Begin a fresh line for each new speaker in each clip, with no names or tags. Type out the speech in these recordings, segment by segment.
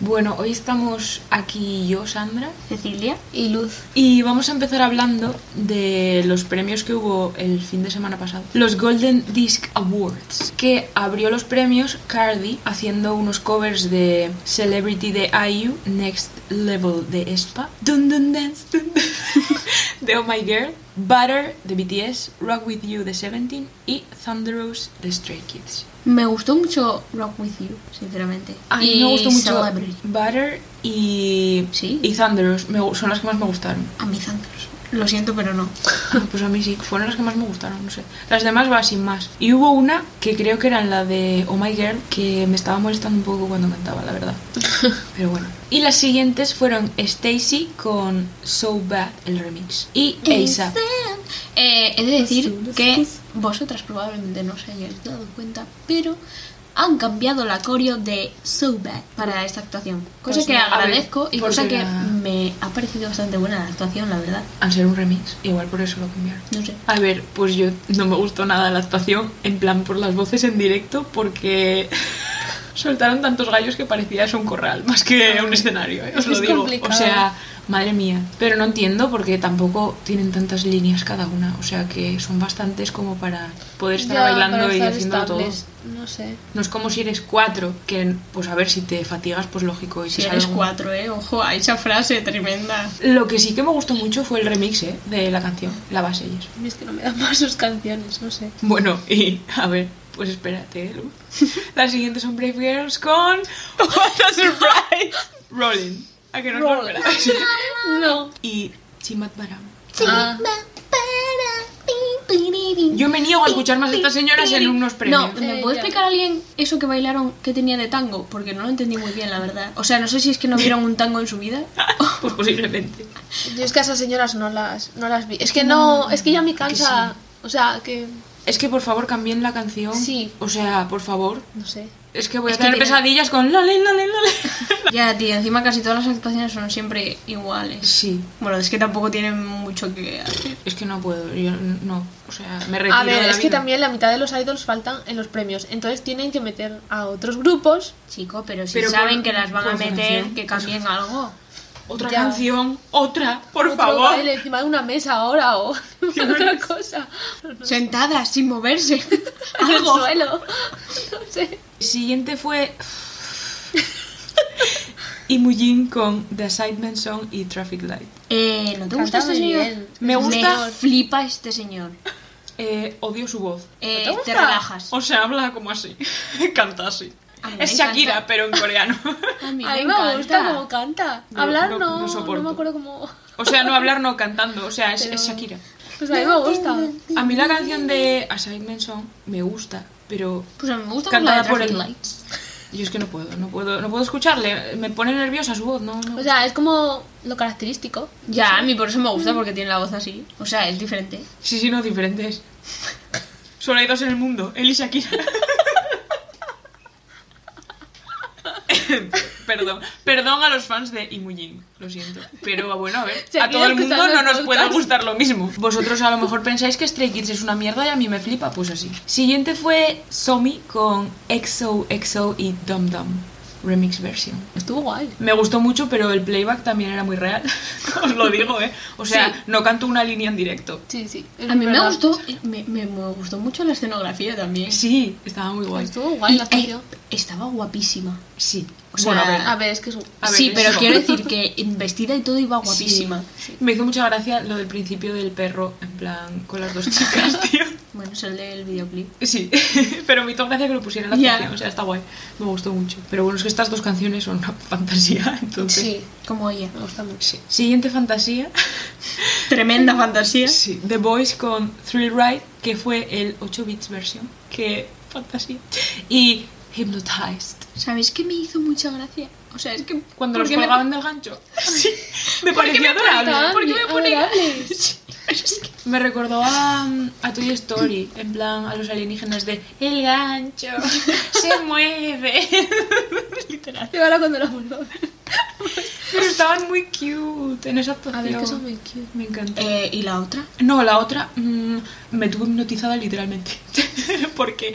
Bueno, hoy estamos aquí yo, Sandra,
Cecilia.
Y luz.
y vamos a empezar hablando de los premios que hubo el fin de semana pasado. Los Golden Disc Awards, que abrió los premios Cardi haciendo unos covers de Celebrity de IU, Next Level de Espa, Dun Dun Dance Dun Dun de Oh My Girl, Butter de BTS, Rock With You de Seventeen y Thunderous de Stray Kids.
Me gustó mucho Rock With You, sinceramente.
A mí
y
me gustó mucho
Celebrity.
Butter y,
Sí.
y Thunderous. Me gu- son las que más me gustaron.
A mí Thunders. Lo siento, pero no.
Ah, pues a mí sí, fueron las que más me gustaron, no sé. Las demás va sin más. Y hubo una que creo que era la de Oh My Girl, que me estaba molestando un poco cuando cantaba, la verdad. Pero bueno. Y las siguientes fueron Stacy con So Bad, el remix. Y ASAP.
Eh, he de decir que vosotras probablemente no os hayáis dado cuenta, pero han cambiado la coreo de So Bad para esta actuación. Cosa
Pues
que
no, a ver,
agradezco y cosa
porque
que
era-
me ha parecido bastante buena la actuación, la verdad.
Al ser un remix, igual por eso lo cambiaron.
No sé.
A ver, pues yo no me gustó nada la actuación, en plan por las voces en directo, porque soltaron tantos gallos que parecía eso un corral, más que un escenario, ¿eh? os lo
Es
digo.
complicado.
O sea, madre mía. Pero no entiendo porque tampoco tienen tantas líneas cada una, o sea que son bastantes como para poder estar
Ya,
bailando
para
y
estar
haciendo todo.
estables, No sé.
No es como si eres cuatro, que pues a ver si te fatigas, pues lógico. Y te
Si
sale
eres
algún-
cuatro, eh. Ojo a esa frase tremenda.
Lo que sí que me gustó mucho fue el remix ¿eh? de la canción, la base y eso.
A mí Es que no me dan más sus canciones, no sé.
Bueno, y a ver, pues espérate, Lu. Las siguientes son Brave Girls con What a Surprise. Rolling. ¿A que no os lo
Rolling.
esperabais?
No.
Y Chimat Baram.
Ah.
Yo me niego a escuchar más a estas señoras en unos premios.
No, ¿me
Eh,
puede
ya.
explicar alguien eso que bailaron que tenía de tango? Porque no lo entendí muy bien, la verdad. O sea, no sé si es que no vieron un tango en su vida.
Pues posiblemente.
Yo es que a esas señoras no las, no las vi. Es que no, es que ya me cansa. O sea, que
Es que por favor cambien la canción.
Sí.
O sea, por favor.
no sé.
Es que voy a
Es que
tener
tiene-
pesadillas con Lole, Lole, Lole.
ya, tío, encima casi todas las actuaciones son siempre iguales.
Sí.
Bueno, es que tampoco tienen mucho que...
Es que no puedo. Yo no. O sea, me retiro.
A ver,
de la
es que
vida.
también la mitad de los idols faltan en los premios. Entonces tienen que meter a otros grupos.
Chico, pero si
Pero
saben
por-
que las van a
por
meter,
canción.
que cambien algo.
Otra
Ya.
canción. Otra. Por
otro
favor.
baile encima de una mesa ahora o otra cosa.
Sentadas, sin moverse.
Al
algo.
suelo. No sé.
El siguiente fue Imogen con The Assignment Song y Traffic Light.
Eh, ¿no te gusta
Canta
este
muy
señor?
bien.
Me gusta.
Me flipa este señor.
Eh, odio su voz.
Eh,
te gusta?
te relajas.
O sea, habla como así. Canta así.
A mí me
Es Shakira,
encanta.
pero en coreano.
A mí
A mí
encanta.
me gusta cómo canta.
Yo
Hablar
no- no
no, no,
soporto.
me acuerdo cómo.
O sea, no hablar, no cantando. O sea, es,
Pero-
es Shakira.
Pues a mí me gusta.
A mí la canción de Assignment Song me gusta, pero
Pues a mí me gusta
Cantada
como la de
por
Traffic
el-
Lights.
yo es que no puedo, no puedo, no puedo escucharle. Me pone nerviosa su voz, no. no.
O sea, es como lo característico.
Ya, a mí por eso me gusta porque tiene la voz así. O sea, es diferente.
Sí, sí, no, diferentes. Solo hay dos en el mundo, él y Shakira. perdón, perdón a los fans de Imogen, lo siento. Pero bueno, a ver, a
Shakira
todo el mundo
escuchando
no
el
nos puede
podcast.
gustar lo mismo. Vosotros a lo mejor pensáis que Stray Kids es una mierda y a mí me flipa, pues así. Siguiente fue Somi con EXO, EXO y Dum Dum. Remix version.
Estuvo guay.
Me gustó mucho, pero el playback también era muy real. Os lo digo, ¿eh? O sea,
Sí.
no canto una línea en directo.
Sí, sí.
A mí me gustó, me, me- me gustó mucho la escenografía también.
Sí, estaba muy guay.
Estuvo guay
Y,
la
eh,
canción.
estaba guapísima.
Sí.
O sea,
A ver, es que es un-
A ver, ah,
sí,
es
pero
eso.
quiero decir que vestida y todo iba guapísima.
Me hizo mucha gracia lo del principio del perro, en plan, con las dos chicas, tío.
Bueno, es el del videoclip.
Sí, pero me hizo gracia que lo pusieran en la
Ya.
canción, o sea, está guay. Me gustó mucho. Pero bueno, es que estas dos canciones son una fantasía, entonces...
Sí,
Como ella.
me gusta mucho.
Sí. Siguiente fantasía.
Tremenda fantasía.
Sí. The Boys con Thrill Ride, que fue el 8 bits version. Qué fantasía. Y Hypnotized.
¿Sabéis qué me hizo mucha gracia? O sea, es que
Cuando los
porque me-
colgaban del gancho. Sí. Me pareció adorable.
Porque me pone
Me recordó a, mm, a Toy Story, en plan a los alienígenas de El gancho se mueve. Literal.
Y ahora cuando la vuelvo a ver.
Pero estaban muy cute en esa
A
actuación.
ver, es que son muy cute.
Me encantó.
Eh, ¿Y la otra?
No, la otra mm, me tuvo hipnotizada literalmente. Porque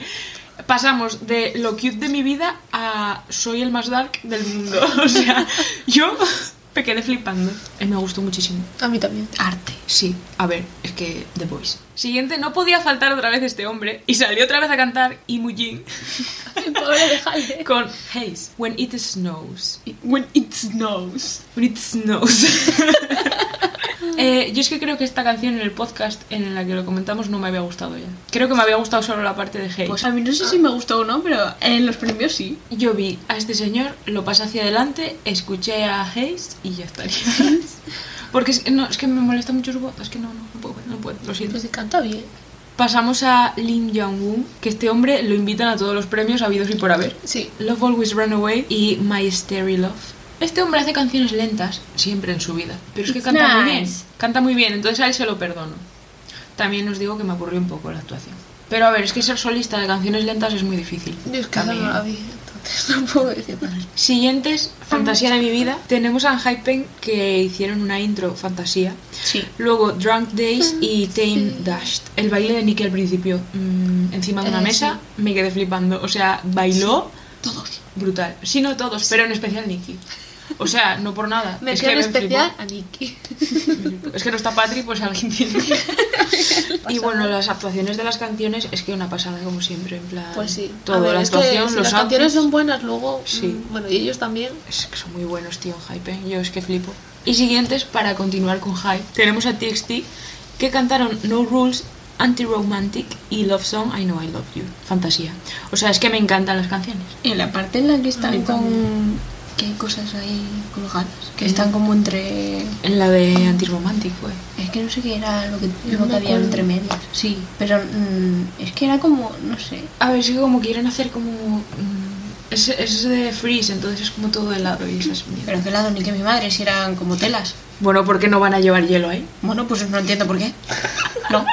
pasamos de lo cute de mi vida a soy el más dark del mundo. O sea, yo me quedé flipando. Eh, me gustó muchísimo.
A mí también.
Arte.
Sí, a ver, es que The Voice. Siguiente, no podía faltar otra vez este hombre y salió otra vez a cantar Imujin
Pobre de Halde.
con Haze. When it snows.
When it snows.
When it snows. Eh, yo es que creo que esta canción en el podcast en la que lo comentamos no me había gustado ya. Creo que me había gustado solo la parte de Haze.
Pues a mí no sé si me gustó o no, pero en los premios sí.
Yo vi a este señor, lo pasé hacia adelante, escuché a Hayes y ya estaría. Porque es, no, es que me molesta mucho su voz, es que no, no, no puedo, no puedo, lo siento.
Pues sí, canta bien.
Pasamos a Lim Jong-un, que este hombre lo invitan a todos los premios habidos y por haber.
Sí.
Love Always Run Away y My Scary Love. Este hombre hace canciones lentas siempre en su vida, pero es que
It's
canta muy
nice.
bien, canta muy bien, entonces a él se lo perdono. También os digo que me aburrió un poco la actuación. Pero a ver, es que ser solista de canciones lentas es muy difícil.
Yo es que esa no
También.
la vi, entonces no puedo decir nada.
Siguientes, Fantasía de mi vida. Tenemos a Hypen que hicieron una intro fantasía.
Sí.
Luego Drunk
Ah,
Days y Tame Dashed. El baile de Nicky al principio, mm, encima de una
Eh,
mesa, me quedé flipando. O sea, bailó
Todos.
brutal. Sí, no todos, pero en especial Nicky. O sea, no por nada. Es que
Mención
me
especial a Nicky.
flipó. Es que no está Patri, pues alguien tiene que- Y bueno, las actuaciones de las canciones es que una pasada, como siempre. En plan,
Pues sí. A
todo,
ver,
la
es que
actuación,
si
los
las canciones
outfits.
son buenas luego.
Sí.
mm, Bueno, y ellos también.
Es que son muy buenos, tío, en Hype. ¿eh? Yo es que flipo. Y siguientes, para continuar con Hype, tenemos a TXT que cantaron No Rules, Anti-Romantic y Love Song I Know I Love You. Fantasía. O sea, es que me encantan las canciones.
En la parte en la que
A
están
mí
con... Que hay cosas ahí colgadas. Que están como entre...
En la de Anti-Romantic, güey.
Es que no sé qué era lo que,
No
lo que
me
había
acuerdo.
entre medias. Sí, pero mm, es que era como... No sé.
A ver, es que como quieren hacer como. mm, Es, es de Freeze, entonces es como todo helado y esas mierdas.
Pero que lado ni que mi madre si eran como telas.
Bueno, ¿por qué no van a llevar hielo ahí?
Bueno, pues no entiendo por qué. No.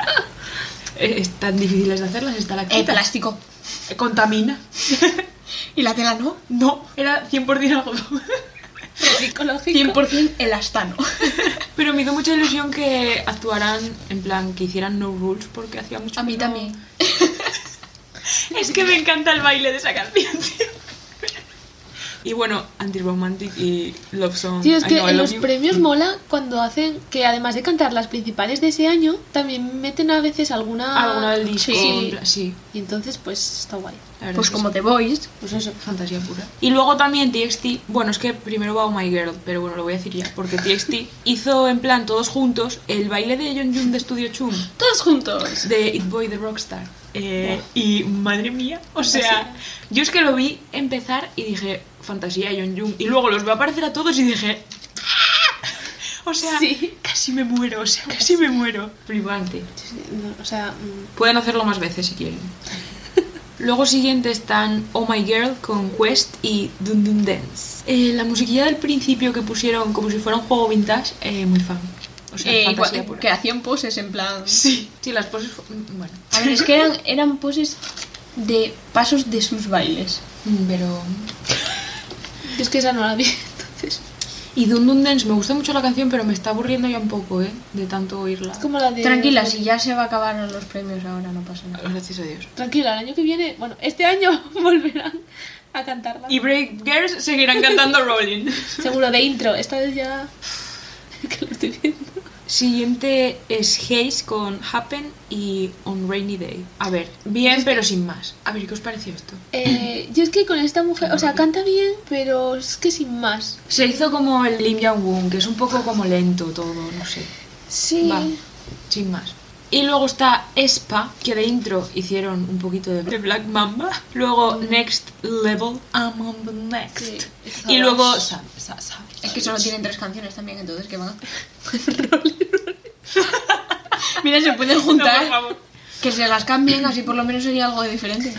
Eh, Es tan difíciles de hacerlas, está la
El Eh, plástico.
Contamina.
Y la tela no.
No, era 100% algodón.
Psicológico.
100% elastano.
Pero me hizo mucha ilusión que actuaran, en plan, que hicieran no rules porque hacía mucho
A mí
que no-
también.
Es que me encanta el baile de esa canción, tío. Y bueno, Anti-Romantic y Love Song.
Tío, es
I
que
Know I
en
Love
los
You.
premios mola cuando hacen que además de cantar las principales de ese año, también meten a veces alguna.
Alguna del disco. en
Sí.
plan- Sí.
Y entonces, pues está guay.
la verdad que
Pues
sí.
como The Voice.
Pues eso, fantasía pura. Y luego también TXT, bueno, es que primero va Oh My Girl, pero bueno, lo voy a decir ya, porque TXT hizo en plan todos juntos el baile de Yeon Jun de Studio Chum,
Todos juntos.
de It Boy the Rockstar. Eh, y madre mía, o sea, yo es que lo vi empezar y dije, fantasía Yeon Jun, y luego los veo aparecer a todos y dije, ¡Ah! o sea,
Sí.
casi me muero, o sea, casi me muero. Flipante.
No, o sea, mm,
Pueden hacerlo más veces si quieren. Luego siguiente están Oh My Girl con Quest y Dun Dun Dance. Eh, la musiquilla del principio que pusieron como si fuera un juego vintage, eh, muy fan. O sea,
Eh,
fantasía
igual-
pura.
que hacían poses en plan.
Sí, sí, las poses... fu- mm, Bueno,
A ver, es que eran, eran poses de pasos de sus bailes.
Mm, pero...
yo es que esa no la vi, entonces.
Y Dun Dun Dance, me gusta mucho la canción, pero me está aburriendo ya un poco, ¿eh? De tanto oírla.
Es como la de.
Tranquila, si ya se va a acabar los premios ahora, no pasa nada.
Gracias a Dios.
Tranquila, el año que viene, bueno, este año volverán a cantarla.
Y Break Girls seguirán cantando Rolling.
Seguro de intro, esta vez ya. que lo estoy viendo.
Siguiente es Haze con Happen y On Rainy Day. A ver, bien, pero sin más. A ver, ¿qué os pareció esto?
Eh, yo es que con esta mujer, o sea, canta bien, pero es que sin más.
Se hizo como el Lim Jong-un, que es un poco como lento todo, no sé.
Sí.
Va, sin más. Y luego está Espa, que de intro hicieron un poquito de, de Black Mamba. Luego Next Level, I'm on the next.
Mm. Sí, es
y luego...
Savage.
Sa- Sa- Sa-
Es que solo tienen tres canciones también, entonces ¿qué van? Mira, se pueden
No, por
juntar.
favor.
que se las cambien, así por lo menos sería algo de diferente.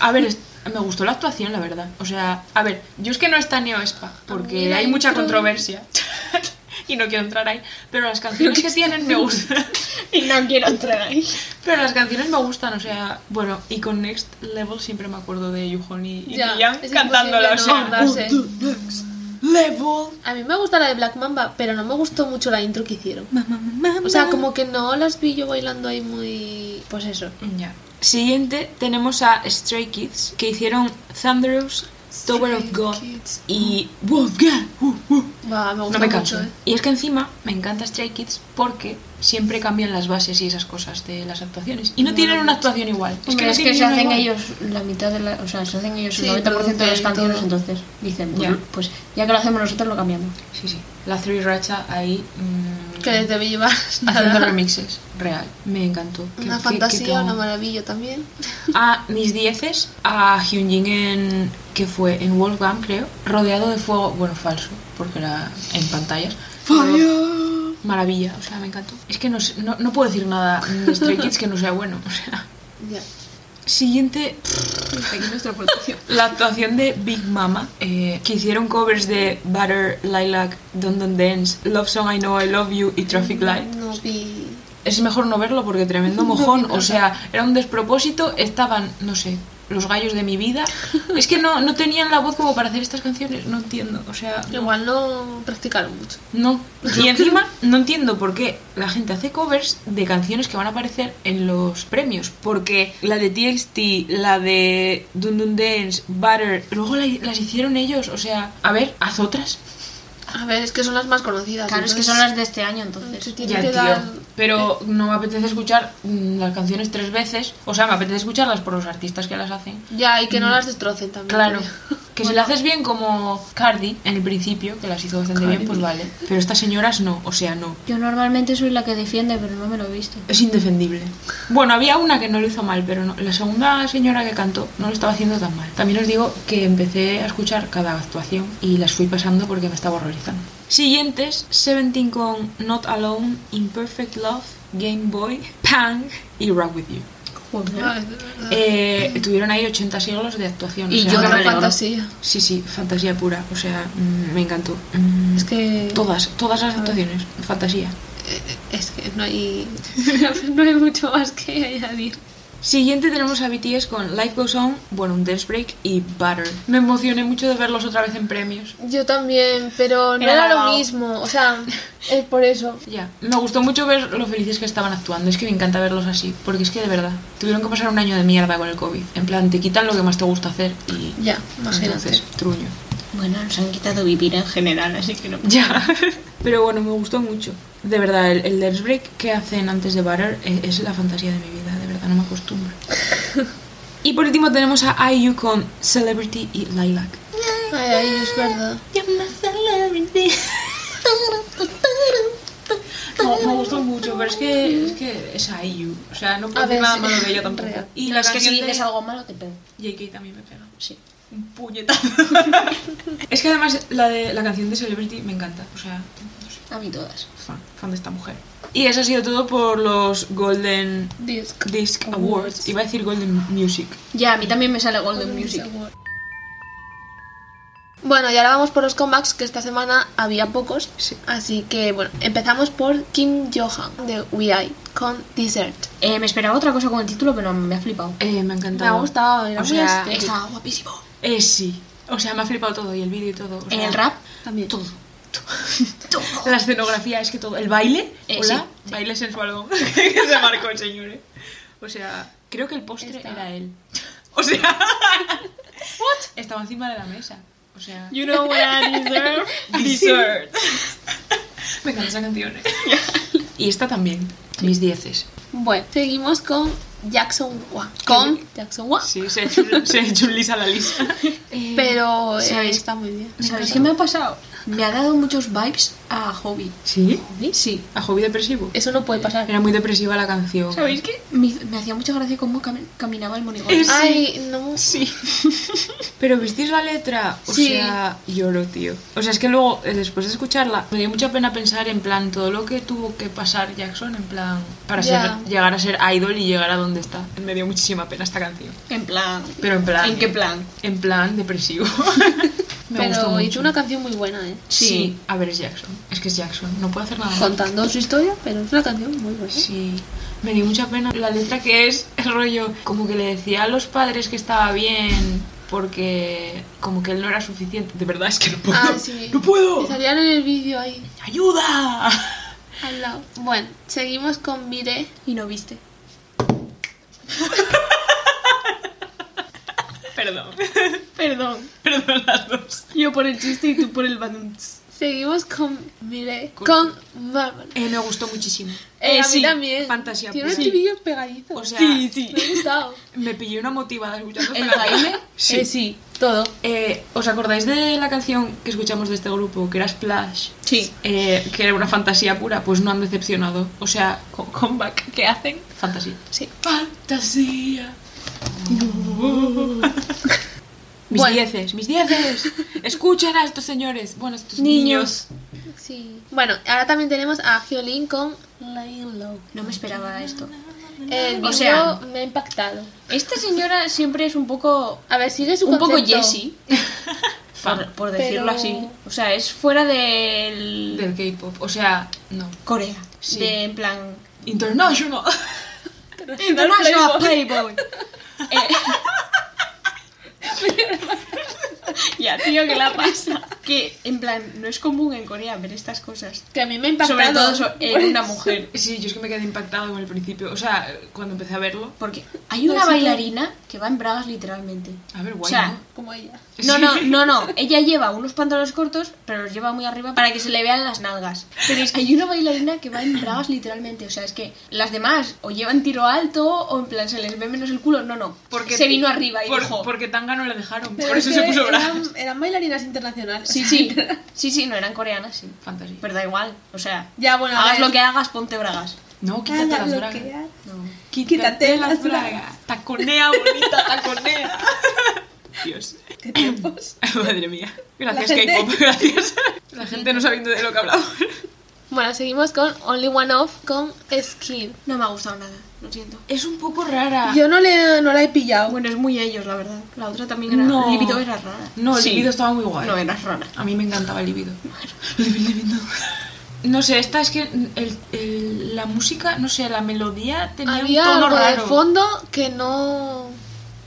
A ver, es- me gustó la actuación, la verdad. O sea, a ver, yo es que no estaneo Spa,
A mí
porque
la
hay mucha
Ah, intro-
controversia. y no quiero entrar ahí. Pero las canciones que tienen me gustan.
Y no quiero entrar ahí.
Pero las canciones me gustan, o sea, bueno, y con Next Level siempre me acuerdo de Yuhon y, y
Ya,
Miyan
es
cantándola, o sea,
imposible no acordarse.
Next
level.
A mí me gusta la de Black Mamba, pero no me gustó mucho la intro que hicieron.
Ma, ma, ma, ma,
O sea,
ma.
como que no las vi yo bailando ahí muy... Pues eso.
Ya. Siguiente tenemos a Stray Kids que hicieron Thunderous, Tower of
Stray
God
Kids.
y Wolfgang. Uh, uh.
Va, me
No
gusta
me
mucho,
canso.
¿eh?
Y es que encima me encanta Stray Kids porque siempre cambian las bases y esas cosas de las actuaciones. Y no tienen una actuación igual.
Es que,
no
es que
tienen
se
una
hacen
igual.
ellos la mitad de la. O sea, se hacen ellos
Sí,
el 90% de las
producen
canciones,
todo.
entonces dicen,
Ya.
"Bueno, pues ya que lo hacemos nosotros lo cambiamos.
Sí, sí. La Three Racha ahí. mm,
Que les debí llevar
Haciendo
nada.
remixes, real. Me encantó. Qué- qué-
Una
qué
fantasía,
cabrón.
una maravilla también.
A mis dieces, a Hyunjin en. que fue en Wolfgang, creo. Rodeado de fuego, bueno, falso, porque era en pantallas. Maravilla, o sea, me encantó. Es que no, sé- no, no puedo decir nada de Stray Kids que no sea bueno, o sea.
Ya.
Siguiente,
Aquí nuestra protección.
la actuación de Big Mama, eh, que hicieron covers de Butter, Lilac, Don't Don't Dance, Love Song I Know I Love You y Traffic Light.
No vi...
Es mejor no verlo porque tremendo mojón, o sea, era un despropósito, estaban, no sé, los gallos de mi vida. Es que no, no tenían la voz como para hacer estas canciones, no entiendo, o sea, no.
Igual no practicaron mucho.
No. Y encima no entiendo por qué la gente hace covers de canciones que van a aparecer en los premios. Porque la de TXT, la de Dun Dun Dance, Butter, luego la- las hicieron ellos. O sea, a ver, haz otras.
A ver, es que son las más conocidas.
Claro, es que
entonces-
son las de este año, entonces.
Sí, tiene
Ya,
que
tío.
dar-
Pero no me apetece escuchar mm, las canciones tres veces. O sea, me apetece escucharlas por los artistas que las hacen.
Ya, y que no las destrocen también.
Claro.
tío.
Que si lo haces bien como Cardi en el principio, que las hizo bastante bien, pues vale. Pero estas señoras no, o sea, no.
Yo normalmente soy la que defiende, pero no me lo he visto.
Es indefendible. Bueno, había una que no lo hizo mal, pero no- la segunda señora que cantó no lo estaba haciendo tan mal. También os digo que empecé a escuchar cada actuación y las fui pasando porque me estaba horrorizando. Siguientes, Seventeen con Not Alone, Imperfect Love, Game Boy, Pang y Rock With You.
Joder.
Ay, de verdad.
Eh, tuvieron ahí 80 siglos de actuación. o
Y
sea,
yo
Una
me alegro.
fantasía.
Sí, sí, fantasía pura. O sea, mm, me encantó. Mm,
Es que...
Todas, todas las actuaciones, fantasía.
Eh, Es que no hay... no hay mucho más que añadir.
Siguiente tenemos a BTS con Life Goes On, bueno, un Dance Break y Butter. Me emocioné mucho de verlos otra vez en premios.
Yo también, pero no
Era
era, lo
lavado.
mismo. O sea, es por eso.
Ya, me gustó mucho ver lo felices que estaban actuando. Es que me encanta verlos así, porque es que de verdad, tuvieron que pasar un año de mierda con el COVID. En plan, te quitan lo que más te gusta hacer y...
Ya, imagínate.
Entonces, truño.
Bueno, nos han quitado vivir en general, así que no.
Ya. Pero bueno, me gustó mucho. De verdad, el, el dance break que hacen antes de Butter e- es, la fantasía de mi vida, de verdad, no me acostumbro. Y por último tenemos a IU con Celebrity y Lilac.
Ay, ay, es verdad.
No, me gustó mucho, pero es que es, que es IU. O sea, no puedo
A
decir
ver,
nada
sí.
malo de ella tampoco. Y
No,
la
es que ¿eh? si
canción de
dices algo malo te pego.
JK también me pega.
Sí.
Un puñetazo. es que además la, de, la canción de Celebrity me encanta. O sea, no sé,
A mí todas.
fan, fan de esta mujer. Y eso ha sido todo por los Golden
Disc.
Disc Awards. Iba a decir Golden Music.
Ya, a mí también me sale Golden Music.
Bueno, y ahora vamos por los comebacks, que esta semana había pocos.
Sí.
Así que, bueno, empezamos por Kim Johan de We Eye con Desert.
Eh, me esperaba otra cosa con el título, pero me ha flipado.
Eh, me ha
Me ha
encantado.
gustado, era
O
muy
sea,
estético.
Está guapísimo.
Eh, sí. O sea, me ha flipado todo y el vídeo y todo. O sea,
el rap,
También.
Todo. La escenografía es que todo. El baile.
Eh,
Hola.
sí, sí.
Baile sensual. que se marcó el señor, eh. O sea, creo que el postre
Está.
era él. O sea. Estaba encima de la mesa. O sea.
You know what I deserve.
Dessert. me encanta esa canción, eh. Y esta también. Mis dieces.
Bueno, seguimos con Jackson Wang. Con Jackson Wang.
Sí, se ha hecho, un- se ha hecho un lisa la lisa.
Pero eh,
¿Sabéis?
está muy bien.
¿Sabéis qué me ha pasado? Me ha dado muchos vibes a Hobby.
¿Sí?
Sí.
A hobby depresivo.
Eso no puede pasar.
Era muy depresiva la canción.
¿Sabéis qué? Me, hizo- me hacía mucha gracia cómo cami- caminaba el monigote.
Es-
Ay, no.
Sí. Pero visteis la letra, o
Sí.
sea, lloro, tío. O sea, es que luego, eh, después de escucharla, me dio mucha pena pensar en plan todo lo que tuvo que pasar Jackson, en plan, para
Ya.
ser, llegar a ser idol y llegar a donde está. Me dio muchísima pena esta canción.
En plan.
Pero en plan.
¿En qué plan?
En plan depresivo. me gustó
Pero
mucho.
hizo una canción muy buena, ¿eh?
Sí. a ver, es Jackson. Es que es Jackson, no puede hacer nada más.
Contando su historia, pero es una canción muy buena.
Sí, me dio mucha pena la letra que es el rollo, como que le decía a los padres que estaba bien, porque como que él no era suficiente. De verdad es que no puedo.
Ah, sí.
¡No puedo!
Y salían en el vídeo ahí,
¡Ayuda!
al lado. Bueno, seguimos con Mire.
Y no viste.
Perdón,
Perdón.
perdón las dos.
Yo por el chiste y tú por el bandón.
Seguimos con Mire.
Con-
Con Marvel.
Eh, me gustó muchísimo.
Eh,
Eh,
a mí
sí,
también.
fantasía
Tiene
pura.
un chivillo pegadizo.
O sea,
Sí, sí.
Me ha gustado.
me pillé una motivada escuchando
¿El
esta canción.
baile?
Sí.
Eh, sí, todo.
Eh, ¿Os acordáis de la canción que escuchamos de este grupo, que era Splash?
Sí.
Eh, que era una fantasía pura, pues no han decepcionado. O sea, co- comeback que hacen, fantasía.
Sí.
Fantasía. mis
Bueno.
dieces, mis dieces. Escuchen a estos señores. Bueno, a estos niños.
Niños.
Sí. Bueno, ahora también tenemos a Hyolyn con Laying Low.
No me esperaba esto.
El video
O sea-
me ha impactado.
Esta señora siempre es un poco.
A ver, sigue su
Un poco
concepto.
Jessie. Por, por decirlo
Pero-
así. O sea, es fuera del.
Del K-pop. O sea, no.
Corea.
Sí.
De en plan. "Eh,
International.
International Playboy. Eh. ya, tío, ¿qué la pasa? Que en plan, no es común en Corea ver estas cosas.
Que a mí me ha impactado.
Sobre todo so- en una mujer.
Sí, yo es que me quedé impactada con el principio. O sea, cuando empecé a verlo.
Porque hay una
No, sí,
bailarina que va en bragas literalmente.
A ver,
O
guay.
sea,
Como ella.
no,
Sí.
no, no, no. Ella lleva unos pantalones cortos, pero los lleva muy arriba para que se le vean las nalgas. Pero es que hay una bailarina que va en bragas literalmente. O sea, es que las demás o llevan tiro alto o en plan se les ve menos el culo. No, no.
Porque
se vino arriba y
por,
dijo...
Porque Tanga no la dejaron.
Pero
por
es
eso se
que
puso brava.
Eran, eran bailarinas internacionales.
Sí, sí, sí, sí, no eran coreanas, sí.
Fantasía.
Pero da igual, o sea,
Ya, bueno, a
hagas
ver.
lo que hagas, ponte bragas.
No, quítate
Cada
las
lo
bragas.
que haga.
No.
Quítate,
Quítate
las,
las
bragas. Taconea, bonita, taconea. Dios.
Qué tiempos.
Madre mía. Gracias,
La gente-
K-pop. Gracias. La gente no sabiendo de lo que hablamos.
Bueno, seguimos con Only One Off con Skin.
No me ha gustado nada, lo siento.
Es un poco rara.
Ah. Yo no, le, no la he pillado.
Ah, Bueno, es muy ellos, la verdad. La otra también era...
No.
Libido era rara.
No, el
Sí.
libido estaba muy guay.
No,
eh.
era rara.
A mí me encantaba el libido. Libido, libido. No sé, esta es que el- el- la música, no sé, la melodía tenía
Había
un tono
algo
raro.
de fondo que no...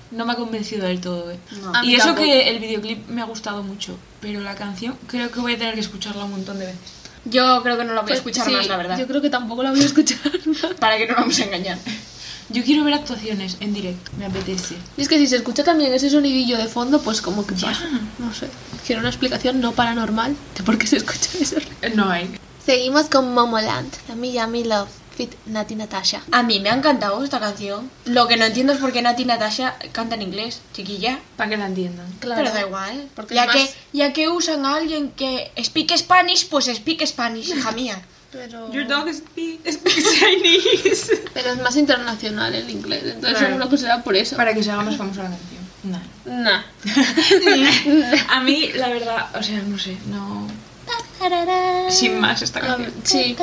No me ha convencido del todo, eh.
No.
A mí
Y eso
tampoco.
que el videoclip me ha gustado mucho, pero la canción creo que voy a tener que escucharla un montón de veces.
Yo creo que no la voy a
Pues
escuchar
sí,
más, la verdad.
Yo creo que tampoco la voy a escuchar.
Para que no nos vamos a engañar.
Yo quiero ver actuaciones en directo, me apetece.
Y es que si se escucha también ese sonidillo de fondo, pues como que pasa. No sé. Quiero una explicación no paranormal de por qué se escucha eso.
Eh, No hay.
Seguimos con Momoland. Yummy Yummy Love. Fit Nati Natasha.
A mí me ha encantado esta canción. Lo que no entiendo es por qué Nati y Natasha canta en inglés, chiquilla.
Para que la entiendan.
Pero da igual.
Porque
ya,
es
que,
más-
ya que usan a alguien que speak Spanish, pues speak Spanish, hija mía.
Pero...
Your dog speaks Chinese.
pero es más internacional el inglés. Entonces
Claro.
seguro que será por eso.
Para que se haga más famosa la canción. No.
Nah.
A mí, la verdad, o sea, no sé, no. Sin más esta
A ver,
canción.
Sí.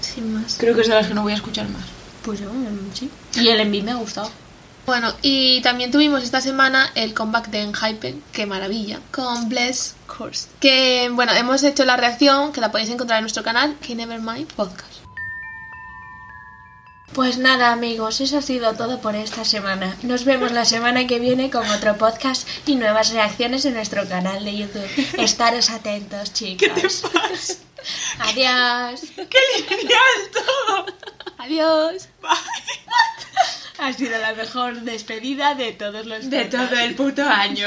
Sin más.
Creo que es de las que no voy a escuchar más.
Pues mm, sí. Y el envío me ha gustado.
Bueno, y también tuvimos esta semana el comeback de Enhypen, qué maravilla, con Bless Course. Que bueno, hemos hecho la reacción, que la podéis encontrar en nuestro canal, que Nevermind Podcast.
Pues nada amigos, eso ha sido todo por esta semana. Nos vemos la semana que viene con otro podcast y nuevas reacciones en nuestro canal de YouTube. Estaros atentos chicos. Adiós.
Adiós.
Ha sido la mejor despedida de todos los
De
podcasts.
todo el puto año.